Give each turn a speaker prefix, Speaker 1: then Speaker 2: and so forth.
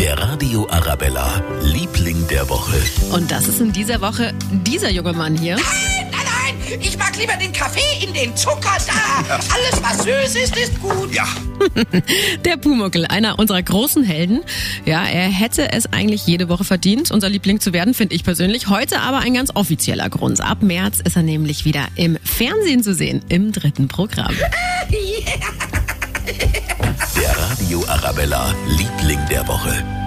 Speaker 1: Der Radio Arabella, Liebling der Woche.
Speaker 2: Und das ist in dieser Woche dieser junge Mann hier.
Speaker 3: Nein, nein, nein! Ich mag lieber den Kaffee in den Zucker da. Alles, was süß ist, ist gut. Ja.
Speaker 2: Der Pumuckel, einer unserer großen Helden. Ja, er hätte es eigentlich jede Woche verdient, unser Liebling zu werden, finde ich persönlich. Heute aber ein ganz offizieller Grund. Ab März ist er nämlich wieder im Fernsehen zu sehen, im dritten Programm.
Speaker 1: Der Radio Arabella, Liebling der Woche.